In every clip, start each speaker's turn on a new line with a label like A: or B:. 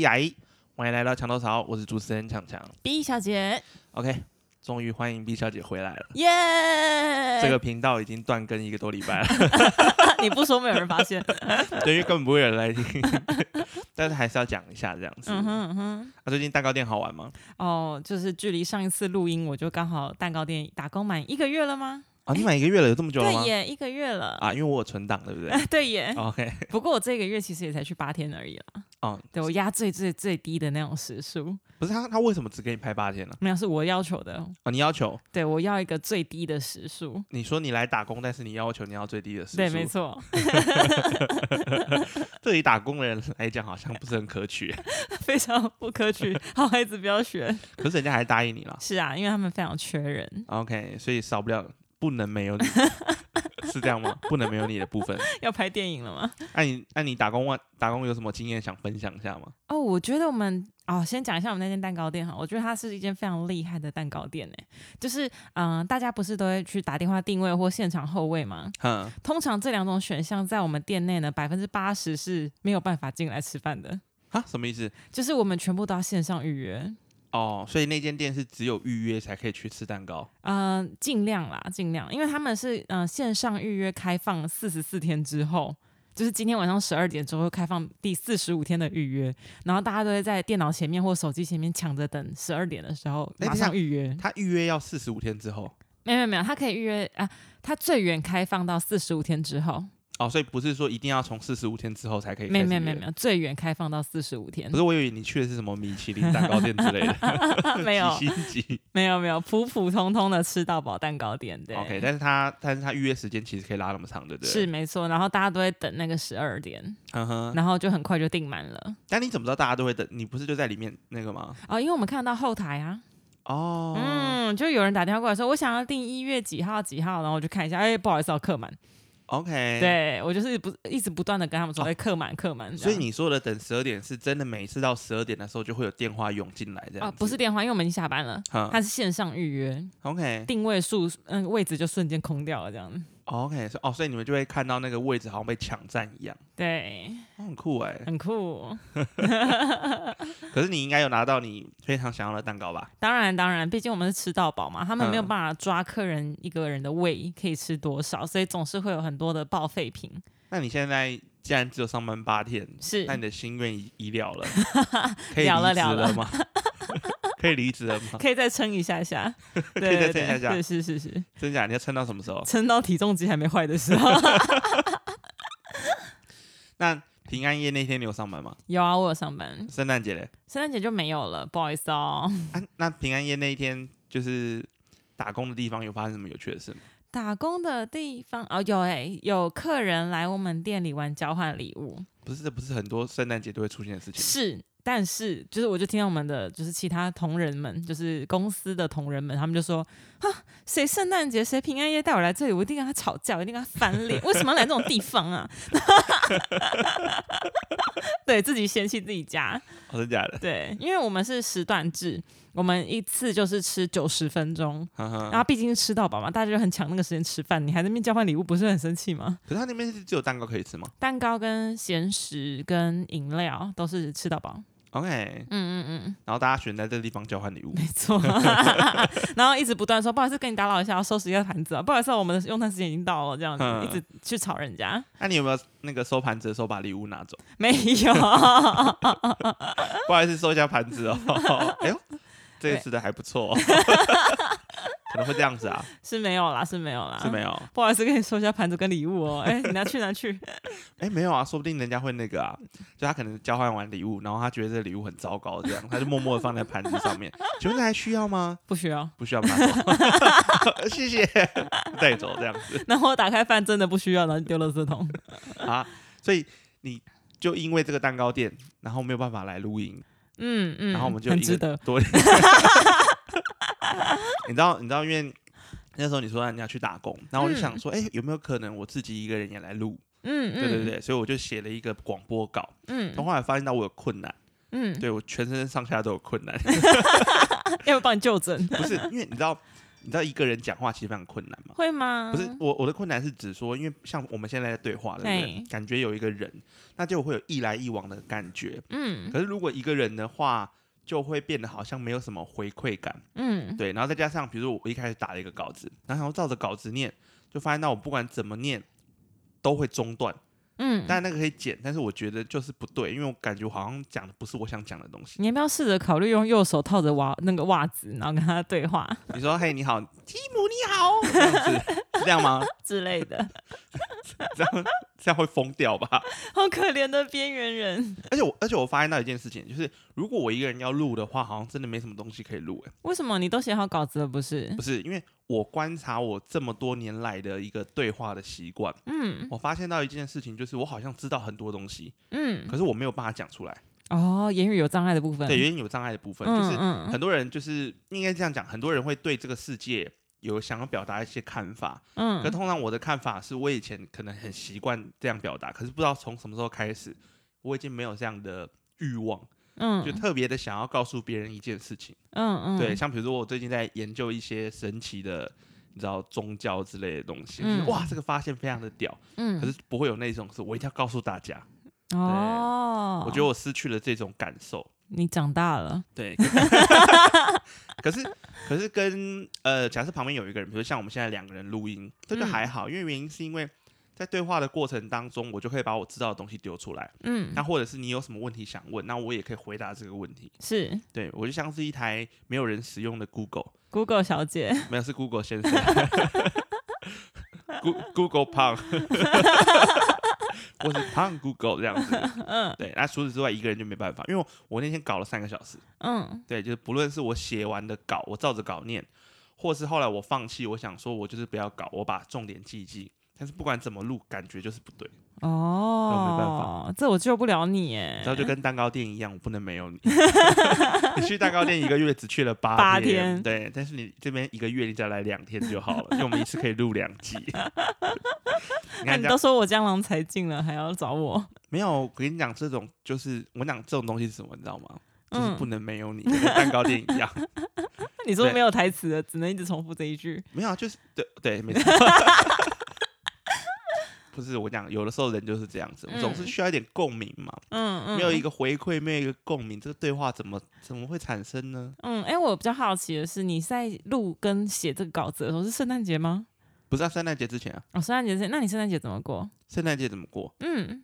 A: 牙医，哎欢迎来到墙头草，我是主持人强强。
B: B 小姐，
A: OK，终于欢迎 B 小姐回来了。
B: 耶、哎
A: 这个频道已经断更一个多礼拜了，
B: 你不说没有人发现。
A: 对，因为根本不会有人来听， 但是还是要讲一下这样子。
B: 嗯哼嗯哼，
A: 啊，最近蛋糕店好玩吗？
B: 哦，就是距离上一次录音，我就刚好蛋糕店打工满一个月了吗？
A: 啊，你满一个月了，有这么久了吗
B: 对？耶，一个月了。
A: 啊，因为我有存档，对不对 哦
B: 对耶，
A: ？OK，
B: 不过我这个月其实也才去八天而已了。
A: 哦，
B: 对我压最最最低的那种时数，
A: 不是他，他为什么只给你拍八天呢？
B: 没有是我要求的。
A: 啊，你要求，
B: 对我要一个最低的时数。
A: 你说你来打工，但是你要求你要最低的时数。
B: 对，没。错，
A: 对于打工的人来讲，好像不是很可取，
B: 非常不可取，好孩子不要学。
A: 可是人家还答应你了。
B: 是啊，因为他们非常缺人，
A: OK，所以少不了不能没 有你，是这样吗？不能没有你的部分。
B: 要拍电影了吗？
A: 那、你那、你打工完打工有什么经验想分享一下吗？
B: 哦，我觉得我们哦，先讲一下我们那间蛋糕店哈，我觉得它是一间非常厉害的蛋糕店呢。欸就是嗯、呃大家不是都会去打电话定位或现场候位吗？
A: 哼，
B: 通常这两种选项在我们店内呢，百分之八十是没有办法进来吃饭的，
A: 哈，什么意思？
B: 就是我们全部都要线上预约。
A: 哦，所以那间店是只有预约才可以去吃蛋糕。
B: 嗯、尽量啦，尽量，因为他们是嗯、呃线上预约开放四十四天之后，就是今天晚上十二点之后开放第四十五天的预约，然后大家都会在电脑前面或手机前面抢着等十二点的时候
A: 哎
B: 马
A: 等一下
B: 上预约。
A: 他预约要四十五天之后。
B: 没有没有没有，它可以预约啊，它最远开放到四十五天之后，
A: 哦，所以不是说一定要从四十五天之后才可以。
B: 没有没有没
A: 有
B: 有没。有，最远开放到四十五天
A: 不，是，我以为你去的是什么米其林蛋糕店之类的，
B: 没 有
A: 几星级。
B: 没有没有，普普通通的吃到饱蛋糕店，对
A: OK，但是他但是他预约时间其实可以拉那么长，对不对？
B: 是，没错，然后大家都会等那个十二点，
A: 嗯哼。
B: 然后就很快就订满了
A: 但你怎么知道大家都会等？你不是就在里面那个吗？
B: 哦，因为我们看得到后台啊，
A: 哦，
B: 嗯，就有人打电话过来说，我想要订一月几号几号，然后我就看一下，哎，不好意思、哦，客满。
A: OK，，
B: 对我就是不一直不断的跟他们说，
A: 哎哦
B: 哎、客满客满。这
A: 所以
B: 样
A: 你说的等十二点是真的，每次到十二点的时候就会有电话涌进来这样
B: 啊，
A: 子哦
B: 不是电话，因为我们已经下班了，
A: 哈
B: 它是线上预约，
A: ，OK
B: 定位数嗯位置就瞬间空掉了，这样。
A: OK，所以哦，所以你们就会看到那个位置好像被抢占一样，
B: 对，
A: 哦很酷哎、
B: 很酷。
A: 可是你应该有拿到你非常想要的蛋糕吧？
B: 当然，当然，毕竟我们是吃到饱嘛，他们没有
A: 嗯
B: 办法抓客人一个人的胃可以吃多少，所以总是会有很多的报废品。
A: 那你现在既然只有上班八天，
B: 是
A: 那你的心愿已已了了， 可以
B: 了了
A: 离职
B: 了了
A: 吗？ 可以离职了吗？
B: 可以再撑一下下，对
A: 可以再
B: 对
A: 撑一下下
B: 对，是是是，
A: 真假？你要撑到什么时候？
B: 撑到体重机还没坏的时 候。
A: 那平安夜那天你有上班吗？
B: 有啊，我有上班，
A: 圣诞节嘞？
B: 圣诞节就没有了，不好意思哦。
A: 啊，那平安夜那一天就是打工的地方有发生什么有趣的事吗？
B: 打工的地方哦，有哎、有客人来我们店里玩交换礼物，
A: 不是，这不是很多圣诞节都会出现的事情。
B: 是，但是就是我就听到我们的就是其他同仁们，就是公司的同仁们，他们就说啊，谁圣诞节谁平安夜带我来这里，我一定跟他吵架，我一定跟他翻 脸，为什么要来这种地方啊？ 对自己嫌弃自己家，
A: 哦，真假的？
B: 对，因为我们是时段制，我们一次就是吃九十分钟，
A: 哈
B: 然后
A: 哈。
B: 毕竟是吃到饱嘛，大家就很抢那个时间吃饭，你还在那边交换礼物，不是很生 气吗？
A: 可是他那边是只有蛋糕可以吃吗
B: 蛋糕跟咸食跟饮料都是吃到 饱，
A: ？OK，
B: 嗯嗯嗯，
A: 然后大家选在这个地方交换礼物。
B: 没错。 然后一直不断说不好意思，跟你打扰一下，要收拾一下盘子啊，不好意思啊，我们的用餐时间已经到了，这样子
A: 嗯
B: 一直去吵人家，
A: 那你有没有那个收盘子的时候把礼物拿走？
B: 没有，
A: 不好意思，收一下盘子哦。 哎呦，这个吃的还不错、哦， 可能会这样子啊，
B: 是没有啦，是没有啦，
A: 是没
B: 有。
A: 有？
B: 不好意思，跟你收一下盘子跟礼物哦，哎、你拿去拿去，
A: 哎、没有啊，说不定人家会那个啊，就他可能交换完礼物，然后他觉得这礼物很糟糕，这样他就默默的放在盘子上面。请问这还需要吗？
B: 不需要。
A: 不需要拿走， 谢谢，带走这样子
B: 然后我打开饭真的不需要，然后就丢了圾桶。
A: 啊。所以你就因为这个蛋糕店，然后没有办法来录音，
B: 嗯嗯，
A: 然后我们就
B: 很
A: 一个
B: 值得。
A: 多。 你知道，你知道，因为那时候你说你要去打工，然后我就
B: 嗯
A: 想说，哎、有没有可能我自己一个人也来录？
B: 嗯嗯，
A: 对对对，所以我就写了一个广播稿。
B: 嗯，
A: 但后来发现到我有困难，
B: 嗯，
A: 对我全身上下都有困难，
B: 要不要帮你就诊？
A: 不是因为你知道。你知道一个人讲话其实非常困难嘛。
B: 会吗？
A: 不是我我的困难是指说，因为像我们现在在对话，对不对
B: 对？
A: 感觉有一个人，那就会有一来一往的感觉。
B: 嗯
A: 可是如果一个人的话，就会变得好像没有什么回馈感，
B: 嗯，
A: 对。然后再加上，比如说我一开始打了一个稿子，然后想要照着稿子念，就发现到我不管怎么念都会中断。
B: 嗯，
A: 但那个可以剪，但是我觉得就是不对，因为我感觉我好像讲的不是我想讲的东西。
B: 你要不要试着考虑用右手套着袜那个袜子，然后跟他对话
A: 你说：“嘿，你好， 吉姆，你好。”这样子是这样吗？
B: 之 类的？
A: 这样这样会疯掉吧？
B: 好可怜的边缘人，
A: 而且我而且我发现到一件事情，就是如果我一个人要录的话，好像真的没什么东西可以录、欸。
B: 为什么你都写好稿子了不是
A: 不？是因为我观察我这么多年来的一个对话的习惯，
B: 嗯
A: 我发现到一件事情，就是我好像知道很多东西，
B: 嗯，
A: 可是我没有办法讲出来。
B: 哦，言语有障碍的部分，
A: 对，，原因有障碍的部分，就
B: 嗯
A: 是
B: 嗯
A: 很多人就是应该这样讲，很多人会对这个世界有想要表达一些看法，
B: 嗯
A: 可通常我的看法是我以前可能很习惯这样表达，可是不知道从什么时候开始，我已经没有这样的欲望，
B: 嗯
A: 就特别的想要告诉别人一件事情。
B: 嗯嗯，
A: 对，像比如说我最近在研究一些神奇的，你知道宗教之类的东西，
B: 嗯
A: 就是哇，这个发现非常的屌，
B: 嗯，
A: 可是不会有那种是我一定要告诉大家。
B: 哦，
A: 我觉得我失去了这种感受。
B: 你长大了，
A: 对， 可是可是跟呃，假设旁边有一个人，比如像我们现在两个人录音，这就
B: 嗯
A: 还好，因为原因是因为在对话的过程当中，我就可以把我知道的东西丢出来。
B: 嗯，
A: 那或者是你有什么问题想问，那我也可以回答这个问题。
B: 是
A: 对我就像是一台没有人使用的 Google，
B: Google 小姐，
A: 没有是 Google 先生 ，Go Google 胖， 我是胖 Google 这样子。
B: 嗯
A: 对，那除此之外一个人就没办法，因为我我那天搞了三个小时。
B: 嗯
A: 对，就是不论是我写完的稿，我照着稿念，或是后来我放弃，我想说我就是不要稿，我把重点记一记。但是不管怎么录，感觉就是不对，没办
B: 哦，这我救不了你耶，
A: 然后就跟蛋糕店一样，我不能没 有你。你去蛋糕店一个月只去了八
B: 八天
A: 对，但是你这边一个月你再来两天就好了，因为我们一次可以录两 集。你
B: 那
A: 看
B: 你
A: 这
B: 都
A: 样
B: 说我江郎才尽了，还要找我？
A: 没有？我跟你讲，这种就是我讲这种东西是什么，你知道吗？就是
B: 嗯
A: 不能没有你，就跟蛋糕店 一样。
B: 你说
A: 对
B: 没有台词的，只能一直重复这 一句。
A: 没有，啊，就是对对， 没错。不是我讲，有的时候人就是这样子，我总是
B: 嗯
A: 需要一点共鸣嘛。
B: 嗯嗯，
A: 没有一个回馈，没有一个共鸣，这个对话怎么怎么会产生呢？
B: 嗯，哎、我比较好奇的是，你在录跟写这个稿子的时候是圣诞节吗？
A: 不是啊，圣诞节之前啊，
B: 哦，圣诞节是，那你圣诞节怎么过？
A: 圣诞节怎么过？
B: 嗯，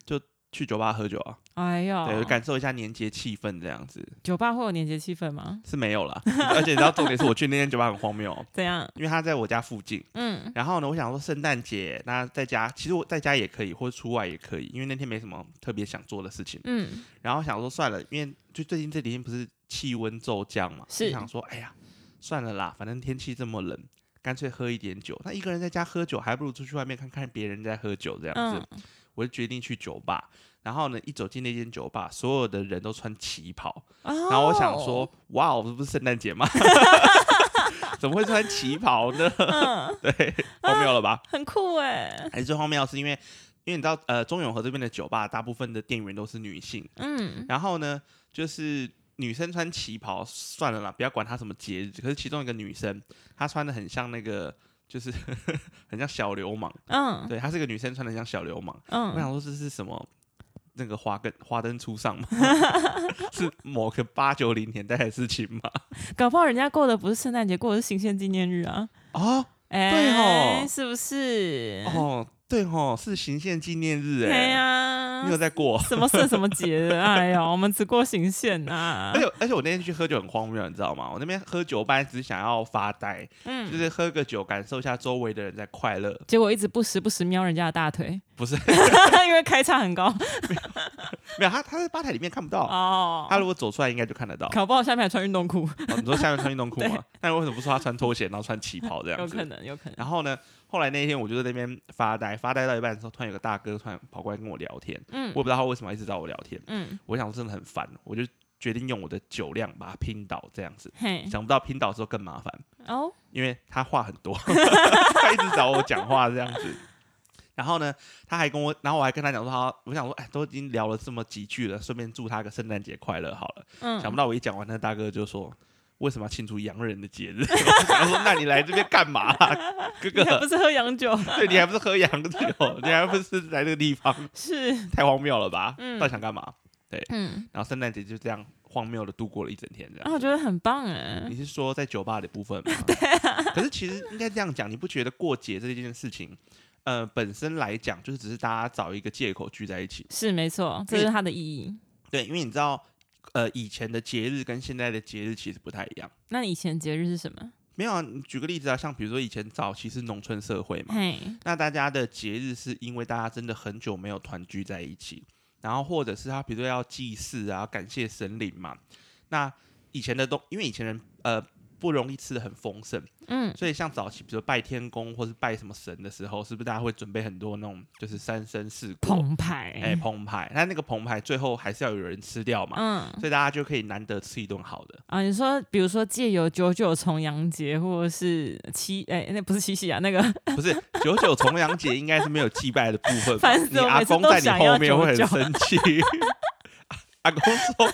A: 去酒吧喝酒啊，
B: 哎呦，
A: 对，感受一下年节气氛，这样子
B: 酒吧会有年节气氛吗？
A: 是没有啦。 而且你知道，重点是我去那间酒吧很荒谬哦，
B: 怎样？
A: 因为它在我家附近。
B: 嗯
A: 然后呢，我想说圣诞节那在家，其实我在家也可以，或者出外也可以，因为那天没什么特别想做的事情。
B: 嗯
A: 然后想说算了，因为就最近这几天不是气温骤降嘛，
B: 是
A: 就想说哎呀，算了啦，反正天气这么冷，干脆喝一点酒。那一个人在家喝酒，还不如出去外面看看别人在喝酒这样子
B: 嗯。，
A: 我就决定去酒吧。然后呢，一走进那间酒吧，所有的人都穿旗袍，
B: 哦
A: 然后我想说，，哇哦，这不是圣诞 节吗？怎么会穿旗袍呢？
B: 嗯，
A: 对，荒谬了吧？
B: 很酷哎，
A: 还是最荒谬的是因为，因为你知道，呃，中永和这边的酒吧大部分的店员都是女性，
B: 嗯
A: 然后呢，就是女生穿旗袍算了啦，不要管她什么节日。可是其中一个女生，她穿的很像那个，就是 很像小流氓。
B: 嗯
A: 对，她是一个女生，穿的像小流氓。我
B: 嗯，
A: 想说这是什么？那个华灯华灯初 上吗？是某个八九零年代的事情吗？
B: 搞不好人家过的不是圣诞节，过的是新鲜纪念日啊。
A: 哦
B: 哎、
A: 对哦
B: 是不是？
A: 哦，对哦，是行宪纪念日
B: 对
A: 哎、
B: 呀、
A: 你有在过？
B: 什么圣什么节 的？哎呀，我们只过行宪啊
A: 而。且而且我那天去喝酒很荒谬，你知道吗？我那边喝酒，本来只是想要发呆，就
B: 嗯，
A: 是喝个酒，感受一下周围的人在快乐，
B: 结果一直不时不时瞄人家的大腿，
A: 不是
B: 因为开叉很高
A: 没有，他他在吧台里面看不到，
B: 哦。
A: 他如果走出来应该就看得到。
B: 搞不好下面还穿运动裤，
A: 哦你说下面穿运动裤吗？ 那你为什么不说他穿拖鞋，然后穿旗袍这样
B: 有可
A: 子？
B: 能，有可能。
A: 然后呢，后来那一天我就在那边发呆，发呆到一半的时候，突然有个大哥突然跑过来跟我聊天，我也
B: 嗯
A: 不知道他为什么一直找我聊天，
B: 嗯，
A: 我想真的很烦，我就决定用我的酒量把他拼倒这样子。
B: 嘿，
A: 想不到拼倒之后更麻烦，
B: 哦，
A: 因为他话很多， 他一直找我讲话这样子。然后呢，他还跟我，然后我还跟他讲说，他我想说，哎，都已经聊了这么几句了，顺便祝他个圣诞节快乐好了。
B: 嗯，
A: 想不到我一讲完，那大哥就说：“为什么要庆祝洋人的节日？ 我想说，那你来这边干嘛、啊哥
B: 你还
A: 哥，
B: 不是喝洋酒？
A: 对你还不是喝洋酒，你还不是来这个地方，
B: 是，
A: 太荒谬了吧？
B: 嗯
A: 到底想干嘛？
B: 嗯，
A: 然后圣诞节就这样荒谬的度过了一整天，这样
B: 然。啊后我觉得很棒哎
A: 你，是说在酒吧的部分 吗？
B: 啊
A: 可是其实应该这样讲，你不觉得过节这件事情，呃，本身来讲就是只是大家找一个借口聚在一起。
B: 是没错，这
A: 因为
B: 是它的意义。
A: 对，因为你知道，呃，以前的节日跟现在的节日其实不太一样。
B: 那你以前节日是什么？
A: 没有啊，你举个例子啊，像比如说以前早期是农村社会嘛，
B: 嘿，
A: 那大家的节日是因为大家真的很久没有团聚在一起，然后或者是他比如说要祭祀啊，感谢神灵嘛。那以前的东，因为以前人呃不容易吃的很丰盛，
B: 嗯，
A: 所以像早期，比如拜天公或是拜什么神的时候，是不是大家会准备很多那种就是三生四果，
B: 澎
A: 哎、
B: 湃，
A: 澎湃？那那个澎湃最后还是要有人吃掉嘛，
B: 嗯。
A: 所以大家就可以难得吃一顿好的。
B: 啊，你说，比如说借由九九重阳节，或者是七，哎、那不是七夕啊，那个
A: 不是九九重阳节应该是没有祭拜的部分吧
B: 烦死我，
A: 你阿
B: 每次
A: 公
B: 都
A: 在你
B: 想要
A: 后面会很
B: 九九
A: 生气。 阿公说：“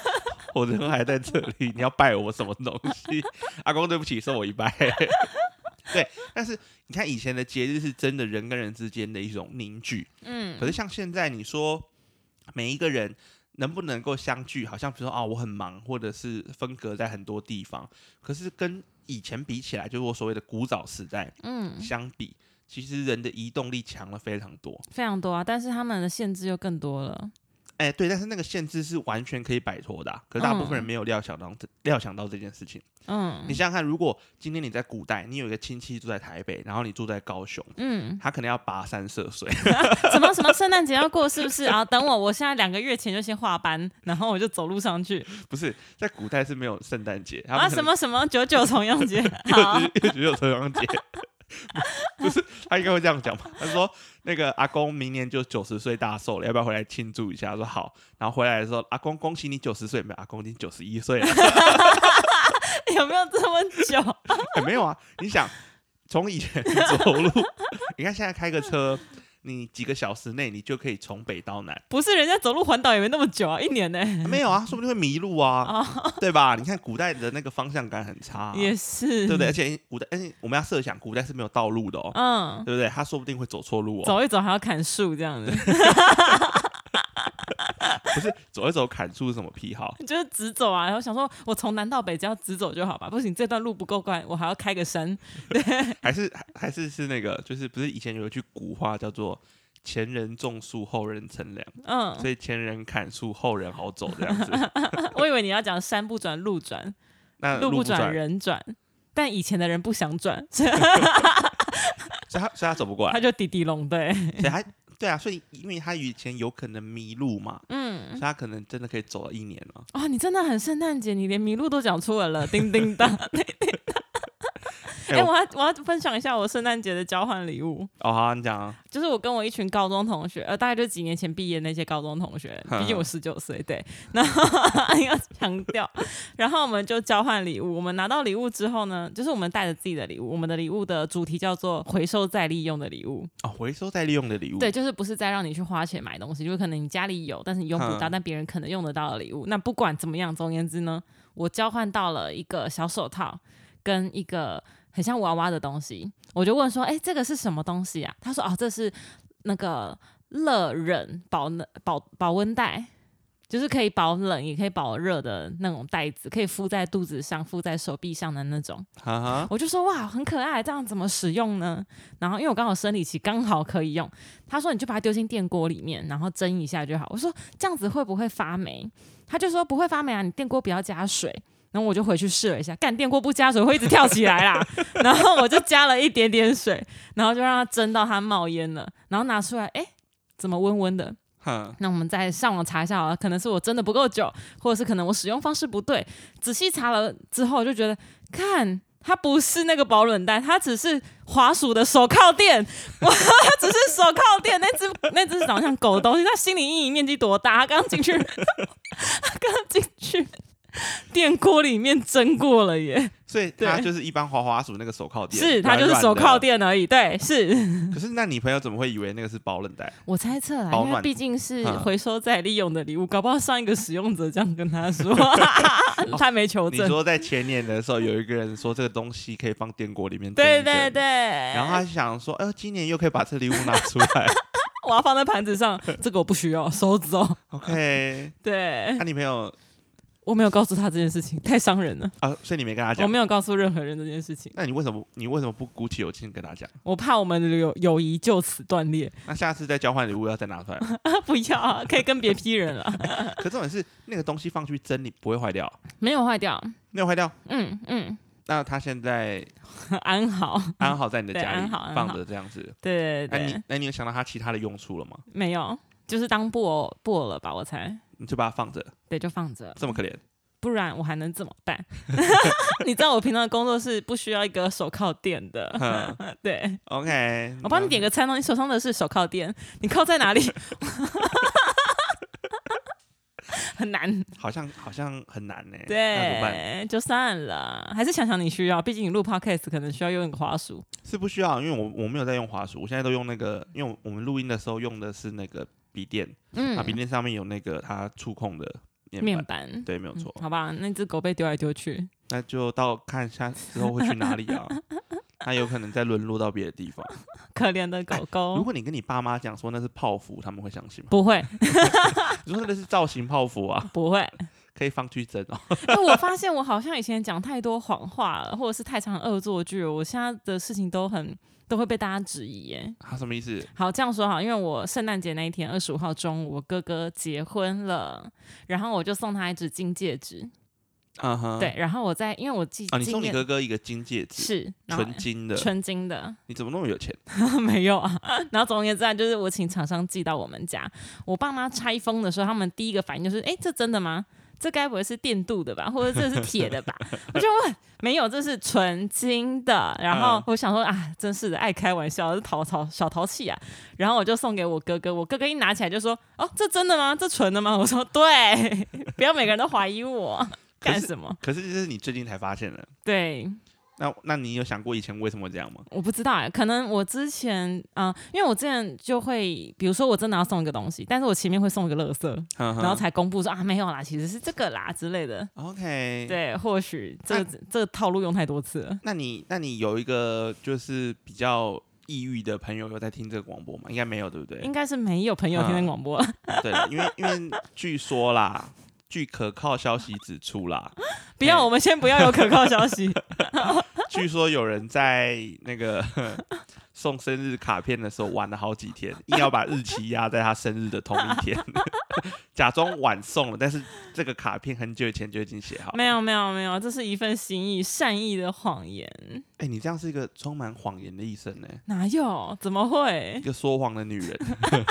A: 我人还在这里，你要拜我什么东西？”阿公，对不起，送我一拜。 对，但是你看以前的节日是真的人跟人之间的一种凝聚，
B: 嗯
A: 可 是像现在，你说每一个人能不能够相聚，好像比如说啊，我很忙，或者是分隔在很多地方，可是跟以前比起来，就是我所谓的古早时代
B: 嗯，
A: 相比，其实人的移动力强了非常多。
B: 非常多啊，但是他们的限制又更多了。
A: 哎，对，但是那个限制是完全可以摆脱的啊、可是大部分人
B: 嗯
A: 没有料想到这、料想到这件事情。
B: 嗯
A: 你想想看，如果今天你在古代，你有一个亲戚住在台北，然后你住在高雄，
B: 嗯，
A: 他可能要跋山涉水，
B: 什么什么圣诞节要过是不是啊？等我，我现在两个月前就先画班，然后我就走路上去
A: 不是在古代是没有圣诞节，他们
B: 啊。
A: 可能
B: 什么什么九九重阳 节，好
A: 又只又只有陈阳节， 不是他应该会这样讲吧？他说那个阿公明年就九十岁大寿了，要不要回来庆祝一下？他说好，然后回来的时候，阿公恭喜你九十岁，没有阿公已经九十一岁了、
B: 有没有这么久？
A: 哎没有啊？你想从以前走路， 你看现在开个车，你几个小时内你就可以从北到南，
B: 不是人家走路环岛也没那么久啊，一年呢、
A: 没有啊？说不定会迷路啊，对吧？你看古代的那个方向感很差啊、
B: 哦也是，
A: 对不对？而？且古代，而且我们要设想古代是没有道路的哦，
B: 嗯，
A: 对不对？他说不定会走错路哦。
B: 走一走还要砍树这样子，
A: 不是走一走砍树是什么癖 好？
B: 就是直走啊。然后想说，我从南到北只要直走就好吧。不行，这段路不够宽，我还要开个山。
A: 还是还还是是那个，就是不是以前有一句古话叫做“前人种树，后人乘凉”，
B: 嗯，
A: 所以前人砍树，后人好走这样子。
B: 我以为你要讲山不转路转，
A: 那
B: 呃路
A: 不
B: 不
A: 转
B: 转，人转。但以前的人不想转，所以
A: 所以他所以他走不过
B: 他
A: 来，
B: 就滴滴欸龙对，
A: 所以他对啊，所以因为他以前有可能迷路嘛，所
B: 嗯
A: 以，他可能真的可以走了一年了。
B: 哇、你真的很圣诞节，你连迷路都讲出来了，叮叮当。 哎、
A: 哎我
B: 我要我要分享一下我圣诞节的交换礼物。
A: 哦，好，你讲啊，
B: 就是我跟我一群高中同学，呃，大概就是几年前毕业那些高中同学，毕竟我十九岁，对， 然后要强调，然后我们就交换礼物。我们拿到礼物之后呢，就是我们带着自己的礼物，我们的礼物的主题叫做回收再利用的礼物，
A: 哦，回收再利用的礼物，
B: 对，，就是不是再让你去花钱买东西，就是可能你家里有，但是你用不
A: 嗯
B: 到，但别人可能用得到的礼物。那不管怎么样，总而言之呢，我交换到了一个小手套跟一个很像娃娃的东西，我就问说：“哎、这个是什么东西啊？”他说：“哦，这是那个热冷保冷保保温袋。”就是可以保冷，也可以保热的那种袋子，可以敷在肚子上、敷在手臂上的那种。
A: 哈哈，
B: 我就说哇，很可爱，这样怎么使用呢？然后因为我刚好生理期，刚好可以用。他说你就把它丢进电锅里面，然后蒸一下就好。我说这样子会不会发霉？他就说不会发霉啊，你电锅不要加水。然后我就回去试了一下，干电锅不加水会一直跳起来啦。然后我就加了一点点水，然后就让它蒸到它冒烟了，然后拿出来，哎，怎么温温的？
A: 哼，
B: 那我们再上网查一下好了，啊可能是我真的不够久，或者是可能我使用方式不对。仔细查了之后，就觉得看它不是那个保冷袋，它只是滑鼠的手铐垫，哇，它只是手铐垫。那只 那只长得像狗的东西，它心理阴影面积多大？它刚进 去，它刚进去电锅里面蒸过了耶，
A: 所以它
B: 对
A: 就是一般滑滑鼠那个手铐垫，
B: 是它就是
A: 软软的
B: 手铐。垫而已。对，是
A: 可是那你朋友怎么会以为那个是保冷袋？
B: 我猜测啦，
A: 保
B: 因为
A: 暖
B: 毕竟是
A: 嗯
B: 回收再利用的礼物，搞不好上一个使用者这样跟他 说， 他没求
A: 你
B: 证。
A: 说在前年的时候，有一个人说这个东西可以放电锅里面蒸一
B: 对
A: 蒸
B: 对对，，
A: 然
B: 然
A: 后他想说，呃，今年又可以把这礼物拿出来。
B: 我要放在盘子上，这个我不需要，收走。
A: OK，
B: 对
A: 那、，你朋友
B: 我没有告诉他这件事情，太伤人了。
A: 啊，所以你没跟他
B: 我
A: 讲，
B: 没有告诉任何人这件事情，
A: 那你为什么你为什么不鼓起勇气跟他讲？
B: 我怕我们的友友谊就此断 裂。
A: 那下次再交换礼物要再拿出来吗。
B: 不要、啊，可以跟别批人了，
A: 可重点是那个东西放去蒸，你不会坏掉，
B: 没有坏掉。
A: 没有坏掉。
B: 嗯嗯，
A: 那它现在
B: 安好。
A: 安好在你的
B: 嗯对
A: 家
B: 安
A: 里
B: 好安
A: 放
B: 好
A: 着这样子，
B: 对
A: 啊那
B: 对对，
A: 你那你有想到它其他的用处了吗？
B: 没有，就是当布偶布偶了吧？我猜，
A: 你就把它放着，
B: 对，就放着，
A: 这么可怜，
B: 不然我还能怎么 办？ 你知道我平常的工作是不需要一个手铐垫的，
A: 哼嗯
B: 对
A: OK，
B: 我帮你点个餐哦，你手上的是手铐垫，你铐在 哪里？ 很难，
A: 那，好像好像很难呢、那怎么办？
B: 对，就算了，还是想想你需要，毕竟你录 podcast 可能需要用一个滑鼠，
A: 是不需要，因为我我没有在用滑鼠，我现在都用那个，因为我们录音的时候用的是那个笔电，
B: 嗯
A: 啊，笔电上面有那个它触控的面板，
B: 面板，
A: 对，没有错。
B: 嗯好吧，那只狗被丢来丢去，
A: 那就到看一下之后会去哪里 啊？那有可能再沦落到别的地方。
B: 可怜的狗
A: 哎如
B: 狗。
A: 果你跟你爸妈讲说那是泡芙，他们会相信吗？
B: 不会，
A: 你说那是造型泡芙 啊，
B: 不会。
A: 可以放去蒸哦。
B: 因为我发现我好像以前讲太多谎话了，或者是太常恶作剧了。我现在的事情都很都会被大家质疑耶。
A: 啊，什么意思？
B: 好，这样说好，因为我圣诞节那一天，二十五号中午，我哥哥结婚了，然后我就送他一只金戒指。
A: 嗯哼，
B: 对，然后我在因为我记
A: 啊，你
B: 纪
A: 送你
B: 念
A: 哥哥一个金戒指，
B: 是然后
A: 纯金的，
B: 纯金的，
A: 你怎么那么有钱？
B: 没有啊。然后总而言之啊，就是我请厂商寄到我们家。我爸妈拆封的时候，他们第一个反应就是：哎，这真的吗？这该不会是电镀的吧，或者这是铁的吧？ 我就问，没有，这是纯金的。然后
A: 嗯
B: 我想说啊，真是的，爱开玩笑，是淘淘小淘气啊。然后我就送给我哥哥，我哥哥一拿起来就说：哦，这真的吗？这纯的吗？我说对， 不要每个人都怀疑我
A: 可
B: 干
A: 是
B: 什么？
A: 可是这是你最近才发现的。
B: 对，
A: 那那你有想过以前为什么会这样吗？
B: 我不知道哎、可能我之前啊、呃因为我之前就会，比如说我真的要送一个东西，但是我前面会送一个垃圾，
A: 然
B: 然后才公布说啊没有啦，其实是这个啦之类的。
A: OK，。
B: 对，或许
A: 啊
B: 这个、这个套路用太多次了。
A: 那你那你有一个就是比较抑郁的朋友有在听这个广播吗？应该没有，对不对
B: 应？该是没有朋友
A: 嗯
B: 听见广播了，
A: 对了，因为因为据说啦，据可靠消息指出啦，
B: 不要，
A: 哎
B: 我们先不要有可靠 消息。
A: 据说有人在那个 送生日卡片的时候玩了好几天，硬要把日期压在他生日的同一天， 假装晚送了，但是这个卡片很久以前就已经写好。
B: 没有没有没有，这是一份心意、善意的谎言，
A: 哎、你这样是一个充满谎言的一生呢、
B: 哪有？怎么
A: 一
B: 会？
A: 个说谎的女人。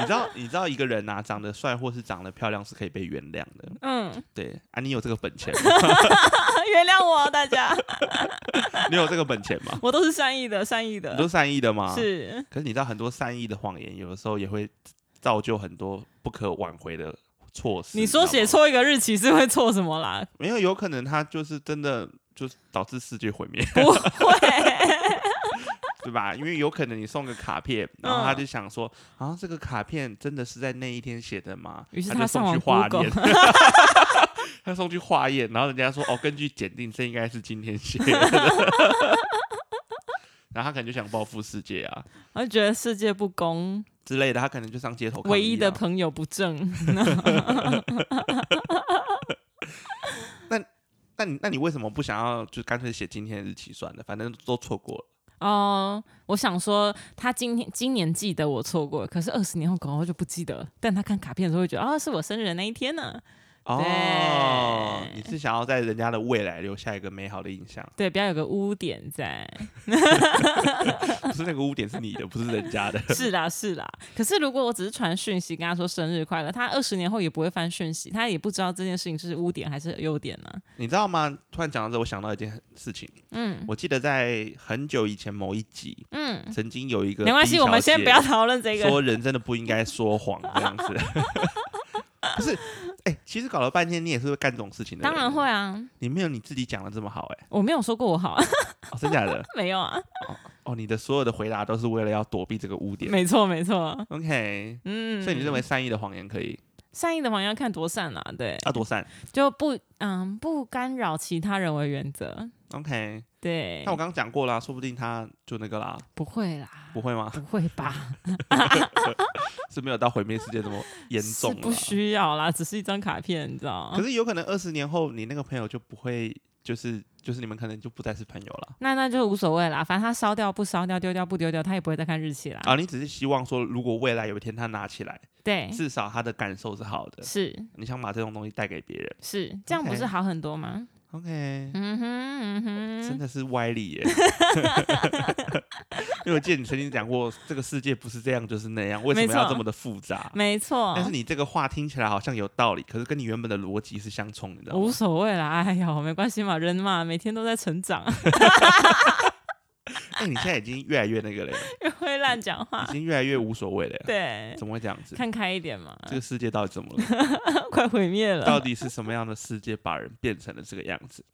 A: 你知道，你知道一个人啊，长得帅或是长得漂亮是可以被原谅的，
B: 嗯，
A: 对啊，你有这个本钱吗？
B: 原谅我哦大家，
A: 你有这个本钱 吗？
B: 我都是善意的，善意
A: 你都
B: 的，
A: 是啊善意的吗？。
B: 是
A: 可是你知道，很多善意的谎言，有的时候也会造就很多不可挽回的错事。
B: 你说
A: 知道
B: 写
A: 吗？
B: 错一个日期是会错什么啦？
A: 没有，有可能他就是真的，就是导致世界毁灭，
B: 不会，
A: 对吧？因为有可能你送个卡片，然后
B: 嗯
A: 他就想说，啊，这个卡片真的是在那一天写的吗？
B: 于是
A: 他
B: 他
A: 就
B: 上
A: 送
B: 网
A: 去化
B: Google
A: 验， 他送去化验，然后人家说，哦，根据检定，这应该是今天写的。 然后他可能就想报复世界啊
B: 我就觉得世界不公，
A: 之类的，他可能就上街头抗议啊、
B: 唯一的朋友不正。
A: 那你那你为什么不想要就干脆写今天的日期算了？反正都错过了。
B: 哦、我想说，他今天今年记得我错过，可是二十年后搞不好就不记得了。但他看卡片的时候会觉得，啊，是我生日的那一天呢。
A: 哦，
B: 对
A: 你是想要在人家的未来留下一个美好的印 象，
B: 对，不要有个污点 在。
A: 不是那个污点是你的，不是人家的。
B: 是啦，是啦。可是如果我只是传讯息跟他说生日快乐，他二十年后也不会翻讯息，他也不知道这件事情是污点还是优点呢、
A: 你知道吗？突然讲到这，我想到一件事情。
B: 嗯
A: 我记得在很久以前某一集，
B: 嗯，
A: 曾经有一个
B: 没关
A: B
B: 系，我们
A: 小
B: 先
A: 姐
B: 不要讨论这 个。
A: 说人真的不应该说谎这样子。不是，哎、哎、其实搞了半天，你也是会干这种事情的。
B: 当然会，啊，
A: 你没有你自己讲的这么好哎、
B: 我没有说过我好 啊，
A: 哦，真假的？
B: 没有啊，
A: 哦，你的所有的回答都是为了要躲避这个污点。
B: 没错没错，
A: OK，
B: 嗯，
A: 所以你认为善意的谎言可以
B: 善意的谎言要看多善啦、对，
A: 要多善
B: 就不嗯不干扰其他人为原则，
A: ？OK，
B: 对
A: 那，我刚刚讲过啦，说不定他就那个啦，
B: 不会啦，
A: 不会吗？
B: 不会吧？
A: 是没有到毁灭世界 这么严
B: 是
A: 重啦
B: 不需要啦，只是一张卡片，你知道
A: 可？是有可能二十年后，你那个朋友就不会，就是就是你们可能就不再是朋友了
B: 那那就无所谓啦，反正他烧掉不烧掉，丢掉不丢掉，他也不会再看日期啦。
A: 啊。你只是希望说，如果未来有一天他拿起来，
B: 对，
A: 至少他的感受是好的。
B: 哎是
A: 你想把这种东西带给别人
B: 是，这样不
A: OK
B: 是好很多吗？
A: ，OK，、
B: 嗯哼嗯
A: 真
B: 哼，
A: 的是歪理耶。 因为我记得你曾经讲过，这个世界不是这样就是那样，为什
B: 没
A: 么
B: 错
A: 要这么的复杂？
B: 没错
A: 但，是你这个话听起来好像有道理，可是跟你原本的逻辑是相冲的，你知道
B: 无
A: 吗？
B: 所谓啦，哎呀，没关系嘛，人嘛，每天都在成长，
A: 哎、你现在已经越来越那个了耶，
B: 又会乱讲话
A: 已，经越来越无所谓了耶。
B: 啊对，
A: 怎么会这样子？
B: 看开一点嘛，
A: 这个世界到底怎么了？
B: 快毁灭
A: 到
B: 了。
A: 底是什么样的世界把人变成了这个样子？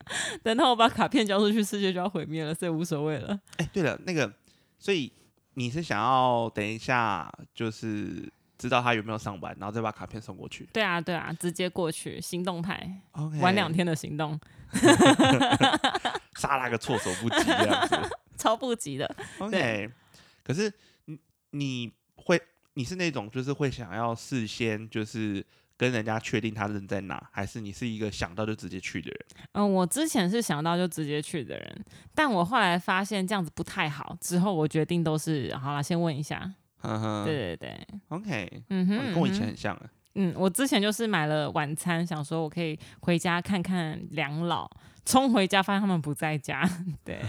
B: 等到我把卡片交出去，世界就要毁灭了，所以无所谓了。
A: 哎、对了，那个，所以你是想要等一下，就是知道他有没有上班，然后再把卡片送过去。
B: 对啊，对啊，直接过去，行动派，
A: OK，
B: 玩两，天的行动，
A: 杀那个措手不及这样子。
B: 超不急的。
A: OK，可是你你会你是那种就是会想要事先就是跟人家确定他人在哪，还是你是一个想到就直接去的人？
B: 嗯，我之前是想到就直接去的人，但我后来发现这样子不太好，之后我决定都是好啦，先问一下。
A: 呵呵
B: 对对对，
A: ，OK，
B: 嗯哼，
A: 嗯哦你跟我以前
B: 嗯哼
A: 很像啊。
B: 嗯，我之前就是买了晚餐，想说我可以回家看看两老，冲回家发现他们不在家， 对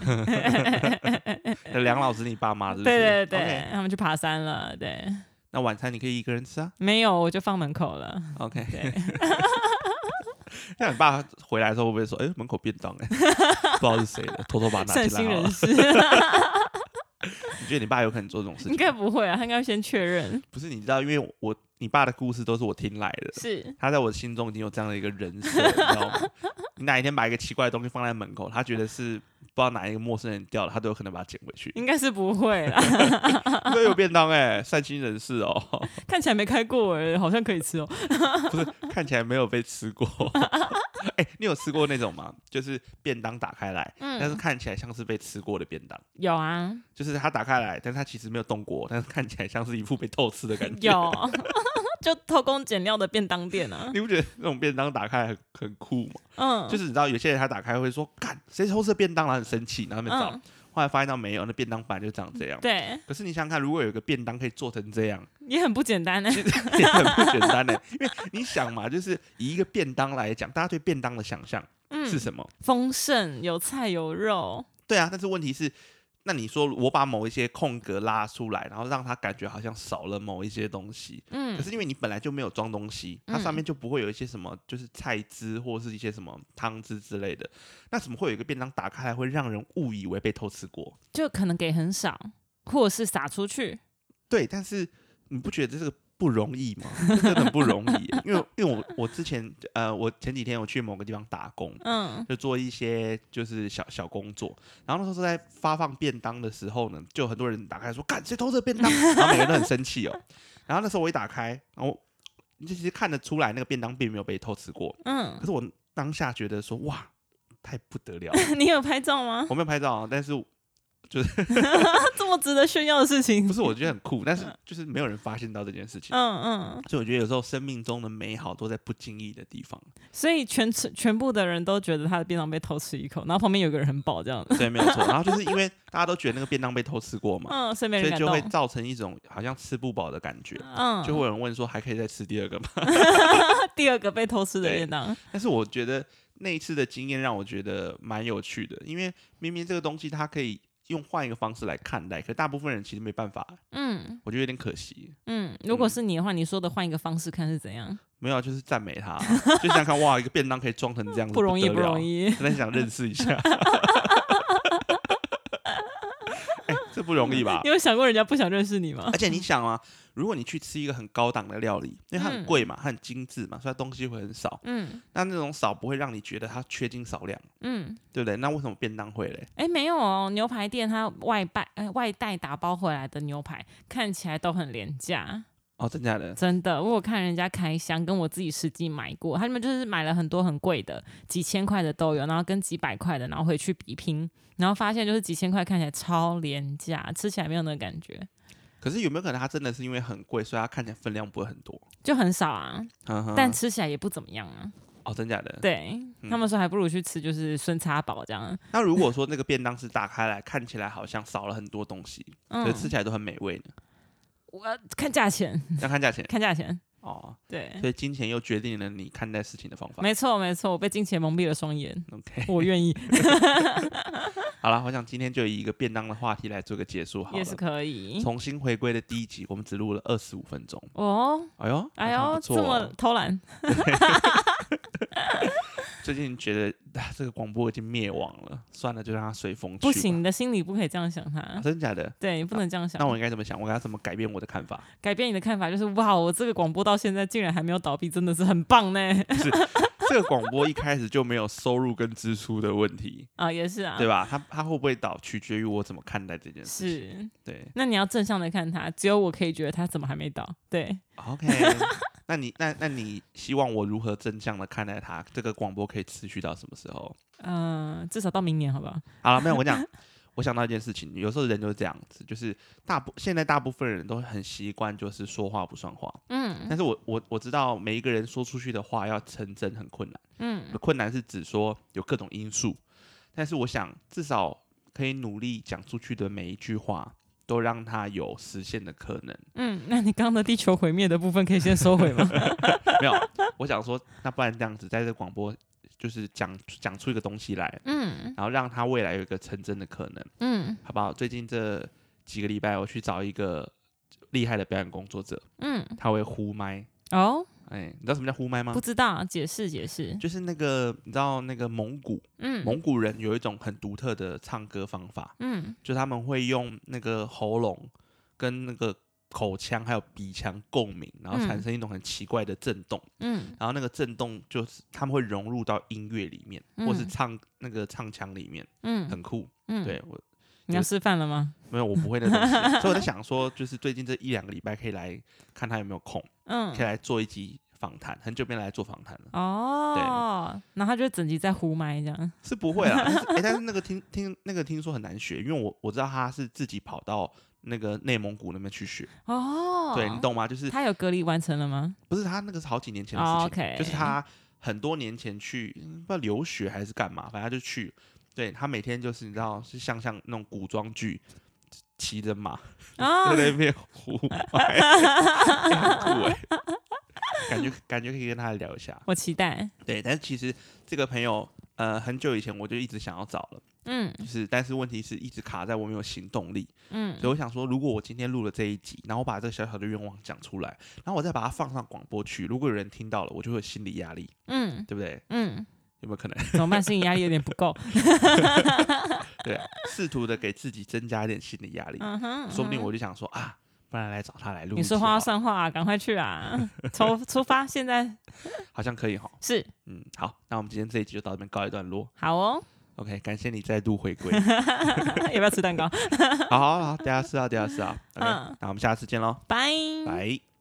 A: 梁老师，你爸妈是
B: 对
A: 不是？
B: 呃对对对
A: OK，
B: 他们去爬山了，对，
A: 那晚餐你可以一个人吃啊。
B: 没有我就放门口了，
A: OK，
B: 对，
A: 那你爸回来的时候会不会说：“哎、门口便当 哎、不知道是谁的，偷偷把它拿
B: 善
A: 进来
B: 心
A: 好
B: 人
A: 了。
B: 士，
A: 你觉得你爸有可能做这种事 情？
B: 应该不会啊，他应该先 确认，
A: 不是，你知道，因为我你爸的故事都是我听来的，
B: 是
A: 他在我心中已经有这样的一个人设， 你知道吗？你哪一天把一个奇怪的东西放在门口，他觉得是不知道哪一个陌生人掉了，他都有可能把它捡回 去。
B: 应该是不会啦，
A: 都有便当哎、善心人士哦，
B: 看起来没开过哎、好像可以吃哦、
A: 不是看起来没有被吃过。 哎、你有吃过那种吗？就是便当打开来，但是
B: 嗯，
A: 看起来像是被吃过的便当。
B: 有 啊，
A: 就是它打开来，但是它其实没有动过，但是看起来像是一副被偷吃的感觉。
B: 有， 就偷工减料的便当店啊，
A: 你不觉得那种便当打开来很很酷吗？
B: 嗯，
A: 就是你知道有些人他打开会说“干谁偷吃便当”，然后很生气，然后他们找，
B: 嗯，
A: 后来发现到没有，那便当本来就长这样。
B: 对，
A: 可是你想想看，如果有一个便当可以做成这样，
B: 也很不简单啊呢、
A: 其 实也很不简单呢、欸因为你想嘛，就是以一个便当来讲，大家对便当的想象
B: 嗯，
A: 是什么？
B: 丰盛，有菜有肉，
A: 对啊，但是问题是，那你说我把某一些空格拉出来，然后让他感觉好像少了某一些东西，
B: 嗯
A: 可，是因为你本来就没有装东西，它上面就不会有一些什么，就是菜汁或是一些什么汤汁之类的。那怎么会有一个便当打开来会让人误以为被偷吃过？
B: 就可能给很少，或者是撒出去，
A: 对，但是你不觉得这个不容易 吗？这真的很不容易耶，因为因为我我之前呃，我前几天我去某个地方打工。
B: 嗯，
A: 就做一些就是小小工作，然后那时候在发放便当的时候呢，就有很多人打开说：“干谁偷这便 当？”然后每个人都很生气哦。然后那时候我一打开，然后你其实看得出来那个便当并没有被偷吃过，
B: 嗯
A: 可，是我当下觉得说，哇，太不得了 了
B: 你有拍照吗？
A: 我没有拍照啊，但是
B: 这么值得炫耀的事情
A: 不，是我觉得很酷，但是就是没有人发现到这件事情。
B: 嗯嗯嗯，
A: 所以我觉得有时候生命中的美好都在不经意的地方。
B: 所以全全部的人都觉得他的便当被偷吃一口，然后旁边有个人很饱这样的，
A: 对，没有 错。然后就是因为大家都觉得那个便当被偷吃过嘛，
B: 嗯，所以没
A: 所以
B: 人敢
A: 就会
B: 动，
A: 造成一种好像吃不饱的感觉。
B: 嗯，
A: 就会有人问说还可以再吃第二个吗？
B: 第二个被偷吃的便当，
A: 但是我觉得那一次的经验让我觉得蛮有趣的，因为明明这个东西它可以用换一个方式来看待，可大部分人其实没办法，
B: 嗯
A: 我觉得有点可惜。
B: 嗯，如果是你的话，你说的换一个方式看是怎样，
A: 没有啊，就是赞美他啊， 就想想看，哇，一个便当可以装成这样子，
B: 不容易，
A: 得
B: 不
A: 了
B: 容。易，
A: 真的想认识一下。哎、这不容易吧
B: 你？有想过人家不想认识你吗
A: 而？且你想啊，如果你去吃一个很高档的料理，因为它很
B: 嗯
A: 贵嘛，它很精致嘛，所以它东西会很少。
B: 嗯
A: 那那种少不会让你觉得它缺斤少两，
B: 嗯，
A: 对不对？那为什么便当会嘞？
B: 哎、没有哦，牛排店它外带、呃、外带打包回来的牛排看起来都很廉价，
A: 哦，真假的？
B: 真的。我有看人家开箱，跟我自己实际买过，他们就是买了很多很贵的，几千块的都有，然后跟几百块的，然后回去比拼，然后发现就是几千块看起来超廉价，吃起来没有那个感觉，
A: 可是有没有可能它真的是因为很贵，所以它看起来分量不会很多？
B: 就很少啊，
A: 嗯哼
B: 但吃起来也不怎么样啊。
A: 哦，真假的？
B: 对、
A: 嗯
B: 他们说，还不如去吃就是孙叉堡这样。
A: 那如果说那个便当是打开来，看起来好像少了很多东西，可
B: 嗯
A: 是，吃起来都很美味呢？
B: 我看 价钱，
A: 要看价钱
B: 看价钱。
A: 哦，
B: 对，
A: 所以金钱又决定了你看待事情的方法。
B: 没错没错，我被金钱蒙蔽了双 眼，
A: OK，
B: 我愿意
A: 好了，我想今天就以一个便当的话题来做个结束好
B: 也是
A: 了。
B: 可以。
A: 重新回归的第一集，我们只录了二十五分钟。
B: 哦，
A: 哎呦，
B: 哎
A: 好像
B: 呦，
A: 不
B: 这
A: 错
B: 么
A: 哦。
B: 偷懒，
A: 最近觉得、啊、这个广播已经灭亡了，算了，就让它随风去。
B: 不行，你，的心里不可以这样想
A: 啊、
B: 他。
A: 真的假的？
B: 对，你不能这样想。
A: 那我应该怎么想？我该怎么改变我的 看法？
B: 改变你的看法，就是哇，我这个广播到现在竟然还没有倒闭，真的是很 棒呢！
A: 这个广播一开始就没有收入跟支出的问题，
B: 啊，也是啊，
A: 对吧？它它会不会倒，取决于我怎么看待这件事情。
B: 是。
A: 对
B: 那你要正向的看他，只有我可以觉得他怎么还没倒。对，
A: ，OK 那。你那那你希望我如何正向的看待它？这个广播可以持续到什么时候？
B: 嗯、至少到明年好不好？
A: 好了，没有，我讲， 我想到一件事情，有时候人就是这样子，就是大部现在大部分人都很习惯就是说话不算话，
B: 嗯
A: 但是我我我知道每一个人说出去的话要成真很困难，
B: 嗯
A: 困难是指说有各种因素，但是我想至少可以努力讲出去的每一句话。都让它有实现的可能，
B: 嗯，那你刚刚的地球毁灭的部分可以先收 回吗？
A: 没有。我想说，那不然这样子，在这广播就是讲讲出一个东西来，
B: 嗯
A: 然后让它未来有一个成真的可能。
B: 嗯
A: 好不好？最近这几个礼拜，我去找一个厉害的表演工作者，
B: 嗯，
A: 他会呼麦。
B: 哦，
A: 哎，你知道什么叫呼麦吗
B: 不？知道，解释解释。
A: 就是那个你知道那个蒙古
B: 嗯
A: 蒙古人有一种很独特的唱歌方法，
B: 嗯
A: 就他们会用那个喉咙跟那个口腔还有鼻腔共鸣，然后产
B: 嗯
A: 生一种很奇怪的震动，
B: 嗯
A: 然后那个震动就是他们会融入到音乐里面，或是
B: 嗯
A: 唱那个唱腔里面，
B: 嗯
A: 很酷。
B: 嗯，
A: 对我
B: 你要示范了吗？
A: 没有，我不会那东 西，所以我在想说，就是最近这一两个礼拜可以来看他有没有空，
B: 嗯
A: 可以，来做一集访谈，很久没来做访谈了，
B: 哦，然后他就整集在呼麦这样。
A: 是不 会啦。但是诶但是那个听听那个听说很难学，因为我我知道他是自己跑到那个内蒙古那边去学，
B: 哦，
A: 对你。懂吗？就是
B: 他有隔离完成了吗？
A: 不是他那个是好几年前的事情，
B: 哦，OK
A: 就是他很多年前去嗯不知道留学还是干嘛，反正他就去，对他每天就是你知道是像像那种古装剧。骑着马
B: 啊
A: 在，那边胡 掰，很酷欸感觉感觉可以跟他聊一下。
B: 我期待。
A: 对，但其实这个朋友，呃，很久以前我就一直想要找了，
B: 嗯
A: 就是但是问题是一直卡在我没有行动力，
B: 嗯
A: 所以我想说，如果我今天录了这一集，然后我把这个小小的愿望讲出来，然后我再把它放上广播去，如果有人听到了，我就会有心理压力，
B: 嗯
A: 对不对？
B: 嗯，
A: 有没有可能？
B: 怎么办？心理压力有点不够。
A: 对，试图的给自己增加一点心理压力，
B: 嗯哼，
A: 说不定
B: 嗯哼
A: 我就想说啊，不然来找他来录一集好了。
B: 你说话要算话啊，赶快去啊！ 出出发，现在
A: 好像可以哈。
B: 是
A: 嗯，好，那我们今天这一集就到这边告一段落。
B: 好哦。
A: OK，感谢你再度回归。
B: 要不要吃蛋糕？
A: 好好好，大家吃啊，大家吃啊。OK，、
B: 嗯
A: 那我们下次见喽，
B: 拜。
A: 拜。